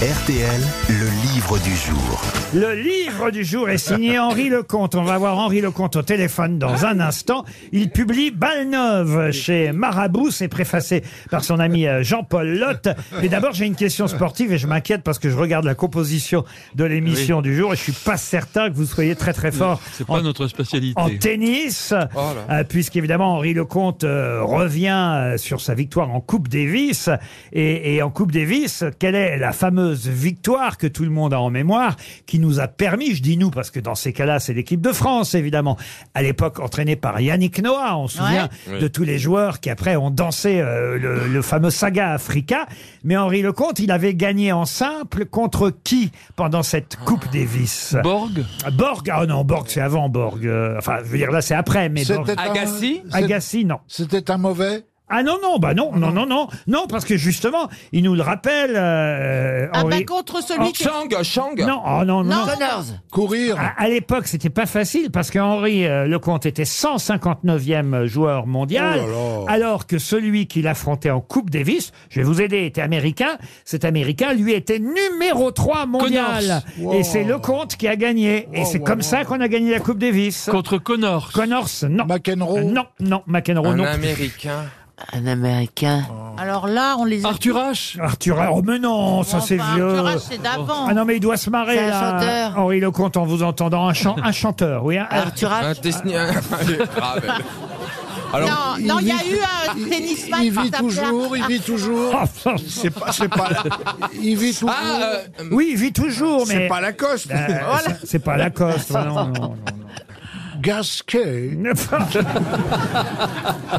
RTL, le livre du jour. Le livre du jour est signé Henri Lecomte. On va voir Henri Lecomte au téléphone dans un instant. Il publie Balle Neuve chez Marabout. C'est préfacé par son ami euh, Jean-Paul Lotte. Mais d'abord, j'ai une question sportive et je m'inquiète parce que je regarde la composition de l'émission du jour et je suis pas certain que vous soyez très très fort C'est en pas notre spécialité. en tennis, euh, puisqu'évidemment Henri Lecomte euh, revient euh, sur sa victoire en Coupe Davis. Et, et en Coupe Davis, quelle est la fameuse victoire que tout le monde a en mémoire, qui nous a permis, je dis nous, parce que dans ces cas-là, c'est l'équipe de France, évidemment, à l'époque entraînée par Yannick Noah, on se souvient de tous les joueurs qui après ont dansé euh, le, le fameux saga Africa. Mais Henri Lecomte, il avait gagné en simple contre qui pendant cette Coupe Davis Borg ah, Borg, ah non, Borg, c'est avant Borg. Euh, enfin, je veux dire, là, c'est après, mais Borg. C'était un- Agassi c'est- Agassi, non. C'était un mauvais. Ah non, non, bah non, non, non, non, non, parce que justement, il nous le rappelle. euh, Ah bah Henri- contre celui qui... Chang, Chang. Non, oh, non, non. Non, Courir. À, à l'époque, c'était pas facile parce que Henri euh, Lecomte était 159e joueur mondial, Oh là là. alors que celui qu'il affrontait en Coupe Davis, je vais vous aider, était américain. Cet américain, lui, était numéro 3 mondial. Connors. Et Wow. c'est Lecomte qui a gagné. Et Wow, c'est wow, comme wow. ça qu'on a gagné la Coupe Davis. Contre Connors. Connors, non. McEnroe. Euh, Non, non, McEnroe, Un non. américain. Un américain. Oh. alors là, on les a... Arthur H. Arthur, oh, mais non, ça c'est Enfin, vieux. Arthur H, c'est d'avant. Ah non, mais il doit se marrer, C'est un là, chanteur. Henri Lecomte, en vous entendant. Un, chan- un chanteur, oui. hein. un- Ah, Arthur Ah, Un Ah, H. Disney. Grave. Alors, Non, non, il y a vit- eu un tennisman Il par vit ta toujours, place. il vit toujours. Oh, ça- C'est pas, c'est pas. Il vit toujours. ah, euh, oui, il vit toujours, mais. c'est pas Lacoste. Euh, c'est- C'est pas Lacoste. ouais, non, non, non, Gasquet. non. Ah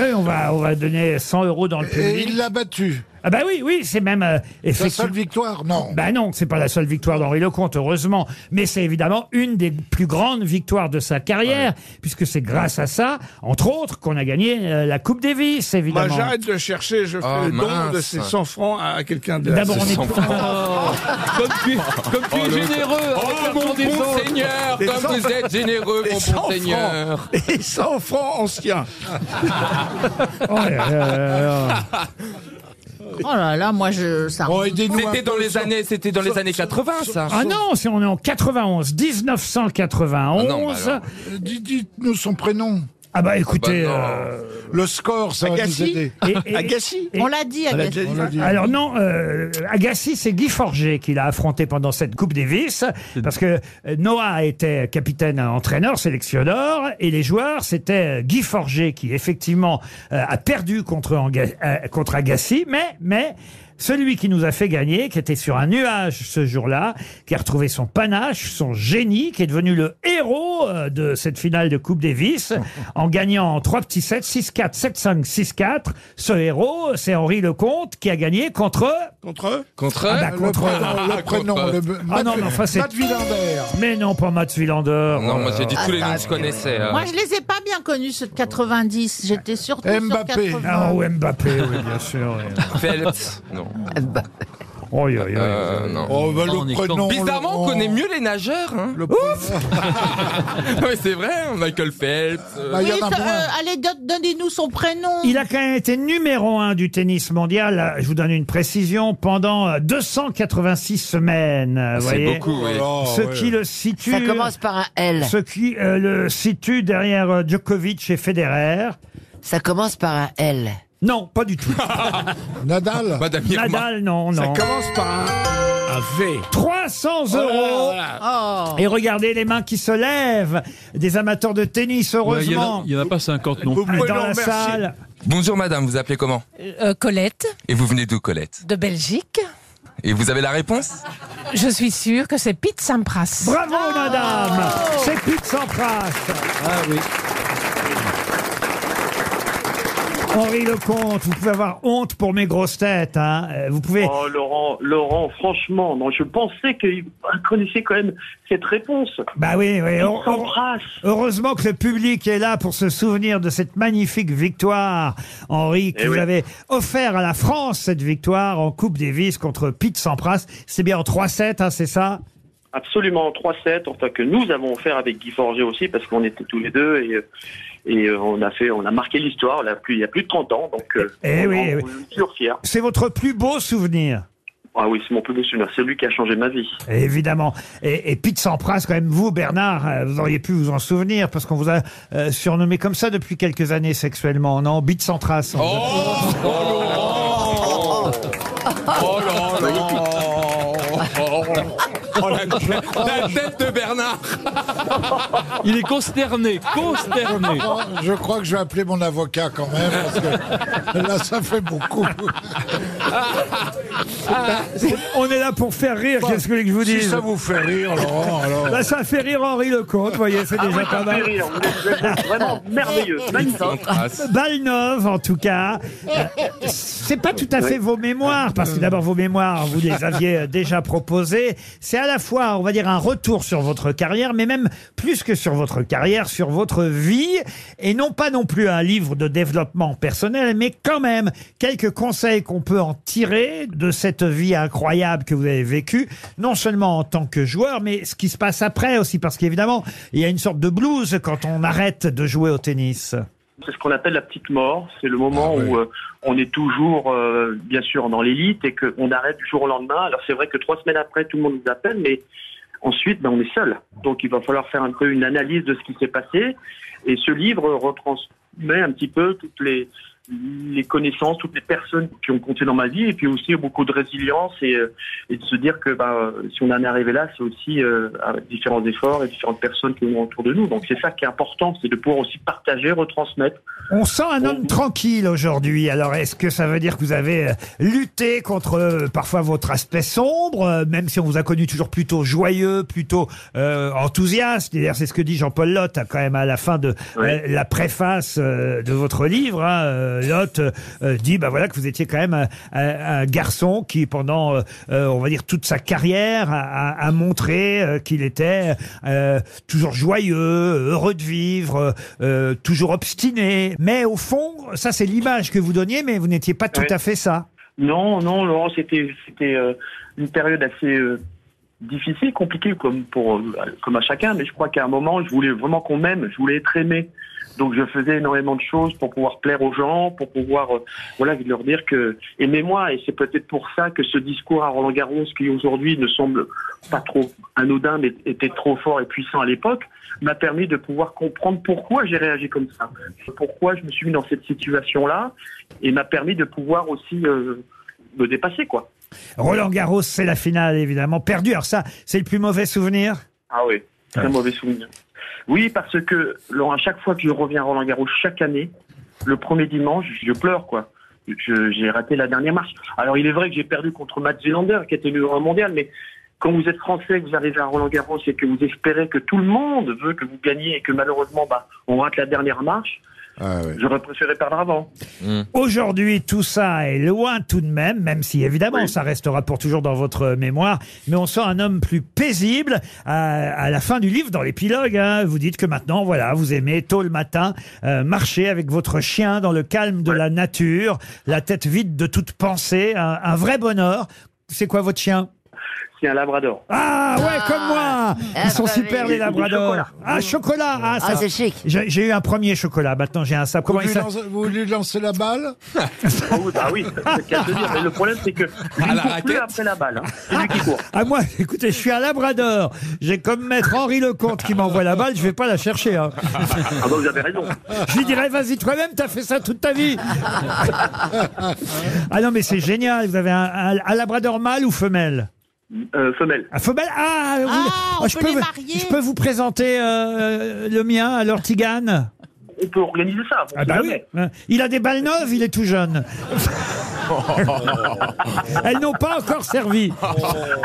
oui, on, va, on va donner 100 euros dans le Et public. il l'a battu. Ah bah oui, oui, c'est même euh, Sa effectivement. seule victoire, non. Bah non, c'est pas la seule victoire d'Henri Lecomte, heureusement, mais c'est évidemment une des plus grandes victoires de sa carrière, puisque c'est grâce à ça, entre autres, qu'on a gagné euh, la Coupe Davis, Moi, évidemment. j'arrête de chercher, je fais Ah, Oh, le don mince. de ces 100 francs à quelqu'un de D'abord, on C'est est sans Oh. Comme tu, comme tu es généreux avec Oh, la mon mort des bon autres. Seigneur, Des comme cent- vous êtes généreux, Des mon 100 bon Seigneur. francs. Des 100 francs anciens. Oh là là là là. Oh là là, moi, je... Ça... Bon, Oh, aidez-nous. un C'était peu. dans les années, c'était dans les années 80, ça. Ah non, c'est on est en 91, 1991. Ah Ah, non, bah alors. Euh, dis- Dites-nous son prénom. bah écoutez, non. euh, Le score, ça va nous Agassi aider. et- et- Agassi Et- On l'a dit, On l'a Agathe. déjà dit. On l'a dit. Alors non, euh, Agassi, c'est Guy Forger qu'il a affronté pendant cette Coupe Davis, parce que euh, Noah était capitaine, euh, entraîneur, sélectionneur, et les joueurs, c'était euh, Guy Forger qui effectivement euh, a perdu contre, Anga- euh, contre Agassi, mais, mais celui qui nous a fait gagner, qui était sur un nuage ce jour-là, qui a retrouvé son panache, son génie, qui est devenu le héros euh, de cette finale de Coupe Davis, en gagnant en trois petits sets, 6-4, 7-5, 6-4. Ce héros, c'est Henri Lecomte, qui a gagné contre... Contre eux Contre Ah eux bah, contre... Le prénom. Le... Ah non, mais enfin, c'est- Matt Wilander. Mais non, pas Mats Wilander. Non, moi j'ai dit tous les noms que je connaissais. euh. Moi, je les ai pas bien connus, ceux de 90. J'étais surtout Mbappé. sur 80. Ah, ou Mbappé, oui, bien sûr. oui. Phelps. Non. Oh, oui, oui, oui. Euh, non. Oh, bah, Ah, on est le prénom. Bizarrement, on connaît mieux les nageurs. Hein. le Ouais, c'est vrai, hein, Michael Phelps. euh, Bah, il Oui, y en a ce- moins. euh, allez, don- donnez-nous son prénom. Il a quand même été numéro un du tennis mondial, euh, je vous donne une précision, pendant euh, 286 semaines. euh, c'est voyez. beaucoup, oui. Ah Ce Oh, qui le situe... Ça commence par un L. Ce qui euh, le situe derrière euh, Djokovic et Federer. Ça commence par un L. Non, pas du tout. Nadal. Madame Irma. Nadal, non, Ça non. commence par un, un V. 300 euros Oh. Et regardez les mains qui se lèvent des amateurs de tennis, Ouais, Il y en heureusement. a- il y en a pas 50 non Vous plus. pouvez dans le la remercier. salle. Bonjour madame, vous appelez comment Euh, Colette Et vous venez d'où, Colette de Belgique. Et vous avez la réponse Je suis sûre que c'est Pete Sampras. Bravo, Oh madame C'est Pete Sampras Ah Henri Lecomte, vous pouvez avoir honte pour mes grosses têtes. Hein. Euh, Vous pouvez... Oh Laurent, Laurent, franchement, non, je pensais qu'il connaissait quand même cette réponse. Bah oui, oui. Il on- on- s'embrasse. Heureusement que le public est là pour se souvenir de cette magnifique victoire, Henri, que Eh vous oui. avez offert à la France, cette victoire en Coupe Davis contre Pete Sampras. C'est bien en 3-7, hein, c'est ça Absolument, 3-7, enfin que nous avons offert avec Guy Forger aussi, parce qu'on était tous les deux et, euh, et euh, on a fait, on a marqué l'histoire là, plus, il y a plus de 30 ans, donc euh, Eh on, oui, on- eh oui. on est toujours fiers. C'est votre plus beau souvenir Ah oui, c'est mon plus beau souvenir. C'est lui qui a changé ma vie. Évidemment. Et, et Pete Sampras, quand même, vous, Bernard, euh, vous auriez pu vous en souvenir parce qu'on vous a euh, surnommé comme ça depuis quelques années sexuellement, non Pete Sampras. on vous a- Oh là là Oh, la, la tête de Bernard Il est consterné, consterné. Oh, Je crois que je vais appeler mon avocat quand même, parce que là, ça fait beaucoup. On est là pour faire rire, qu'est-ce que vous voulez que je vous Oh Si dise ça vous fait rire, Laurent, alors... Bah, ça fait rire Henri Lecomte, vous voyez, Ah c'est déjà pas Fait mal. rire, vous êtes- vous êtes vraiment merveilleux. Magnifique. Sampras. Balnov, en tout cas. Euh, C'est pas tout à fait vos mémoires, parce que d'abord vos mémoires, vous les aviez euh, déjà proposées. C'est à la fois, on va dire, un retour sur votre carrière, mais même plus que sur votre carrière, sur votre vie, et non pas non plus un livre de développement personnel, mais quand même quelques conseils qu'on peut en tirer de cette vie incroyable que vous avez vécue, non seulement en tant que joueur, mais ce qui se passe après aussi, parce qu'évidemment, il y a une sorte de blues quand on arrête de jouer au tennis. C'est ce qu'on appelle la petite mort. C'est le moment Ah ouais. où euh, on est toujours, euh, bien sûr, dans l'élite et qu'on arrête du jour au lendemain. Alors c'est vrai que trois semaines après, tout le monde nous appelle, mais ensuite, ben, on est seul. Donc il va falloir faire un peu une analyse de ce qui s'est passé. Et ce livre retransmet un petit peu toutes les, les connaissances, toutes les personnes qui ont compté dans ma vie, et puis aussi beaucoup de résilience et, euh, et de se dire que ben, euh, si on en est arrivé là, c'est aussi euh, à différents efforts et différentes personnes qui nous ont autour de nous. Donc c'est ça qui est important, c'est de pouvoir aussi partager, retransmettre. On sent un homme tranquille aujourd'hui. Alors, est-ce que ça veut dire que vous avez euh, lutté contre euh, parfois votre aspect sombre, euh, même si on vous a connu toujours plutôt joyeux, plutôt euh, enthousiaste D'ailleurs, c'est ce que dit Jean-Paul Lotte hein, quand même à la fin de Oui. euh, la préface euh, de votre livre. hein. Euh, Lotte euh, dit bah voilà que vous étiez quand même un, un- un garçon qui pendant euh, euh, on va dire toute sa carrière a, a- a montré euh, qu'il était euh, toujours joyeux, heureux de vivre, euh, euh, toujours obstiné. Mais au fond, ça c'est l'image que vous donniez, mais vous n'étiez pas tout Oui. à fait ça. Non, non, Laurent, c'était c'était euh, une période assez euh, difficile, compliquée comme pour euh, comme à chacun, mais je crois qu'à un moment, je voulais vraiment qu'on m'aime, je voulais être aimé. Donc je faisais énormément de choses pour pouvoir plaire aux gens, pour pouvoir euh, voilà leur dire que aimez-moi et c'est peut-être pour ça que ce discours à Roland Garros qui aujourd'hui ne semble pas trop anodin mais était trop fort et puissant à l'époque m'a permis de pouvoir comprendre pourquoi j'ai réagi comme ça, pourquoi je me suis mis dans cette situation là et m'a permis de pouvoir aussi euh, me dépasser quoi. Roland Garros, c'est la finale évidemment perdue. Alors ça, c'est le plus mauvais souvenir. Ah oui, très mauvais souvenir. Oui, parce que Laurent, à chaque fois que je reviens à Roland Garros, chaque année, le premier dimanche, je pleure quoi. Je- J'ai raté la dernière marche. Alors il est vrai que j'ai perdu contre Matt Zelander, qui était numéro un mondial, mais quand vous êtes français, que vous arrivez à Roland Garros et que vous espérez que tout le monde veut que vous gagniez et que malheureusement bah, on rate la dernière marche, Ah ouais. j'aurais préféré perdre avant. Aujourd'hui, tout ça est loin tout de même, même si évidemment Oui. ça restera pour toujours dans votre mémoire, mais on sent un homme plus paisible à, à la fin du livre, dans l'épilogue. hein. vous dites que maintenant, voilà, vous aimez tôt le matin euh, marcher avec votre chien dans le calme de la nature, la tête vide de toute pensée, un, un vrai bonheur. C'est quoi votre chien C'est un labrador. ah ouais, Ah. comme moi Ils Ah, sont bah super oui. les Du labradors. chocolat. Ah chocolat, ah, ça. Ah, c'est chic. j'ai j'ai eu un premier chocolat, maintenant j'ai un sable. Vous Comment il lui, s'appelle lancez, vous lui lancez la balle Ah oui, bah oui, c'est le cas de le dire. Mais le problème c'est que lui À la court plus raquette. après la balle. hein. C'est lui qui court. Ah moi, écoutez, je suis un labrador. J'ai comme maître Henri Lecomte qui m'envoie la balle, je vais pas la chercher. hein. Ah bah vous avez raison. Je lui dirais, vas-y, toi-même, t'as fait ça toute ta vie. ah non, mais c'est génial. Vous avez un, un- un labrador mâle ou femelle Euh, femelle. Un femelle Ah, vous- Ah, on je, peut les vous- marier. je peux vous présenter euh, le mien, alors Tigane On peut organiser ça. on Ah sait bah oui. jamais. hein. Il a des balles neuves, il est tout jeune. Elles n'ont pas encore servi. Ah,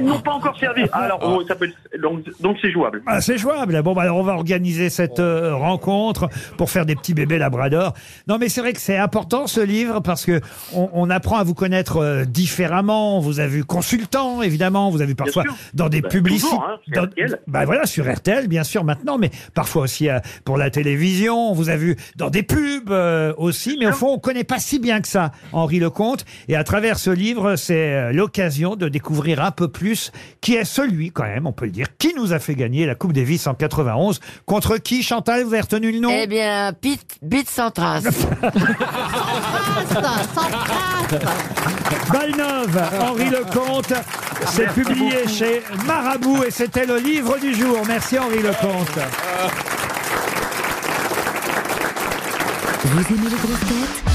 ils n'ont pas encore servi. Ah, alors, oh, ça peut être- donc donc c'est jouable. Ah, c'est jouable. Bon, bah, alors on va organiser cette euh, rencontre pour faire des petits bébés labrador. Non, mais c'est vrai que c'est important ce livre parce que on, on apprend à vous connaître euh, différemment. On vous a vu consultant, évidemment. On Vous avez parfois sûr. dans des Bah, publicités. toujours, hein, sur dans- RTL. bah voilà, sur RTL, bien sûr, maintenant, mais parfois aussi euh, pour la Ah. télévision. On vous a vu dans des pubs euh, aussi, mais au fond, on connaît pas si bien que ça Henri Lecomte. compte. Et à travers ce livre, c'est euh, l'occasion de découvrir un peu plus qui est celui, quand même, on peut le dire, qui nous a fait gagner la Coupe Davis en 91. Contre qui, Chantal, vous avez retenu le nom Eh bien, Pete, Pete sans trace. Balnov, Henri Lecomte. C'est publié chez Marabout et c'était le livre du jour. Merci Henri Lecomte. Vous aimez les grosses têtes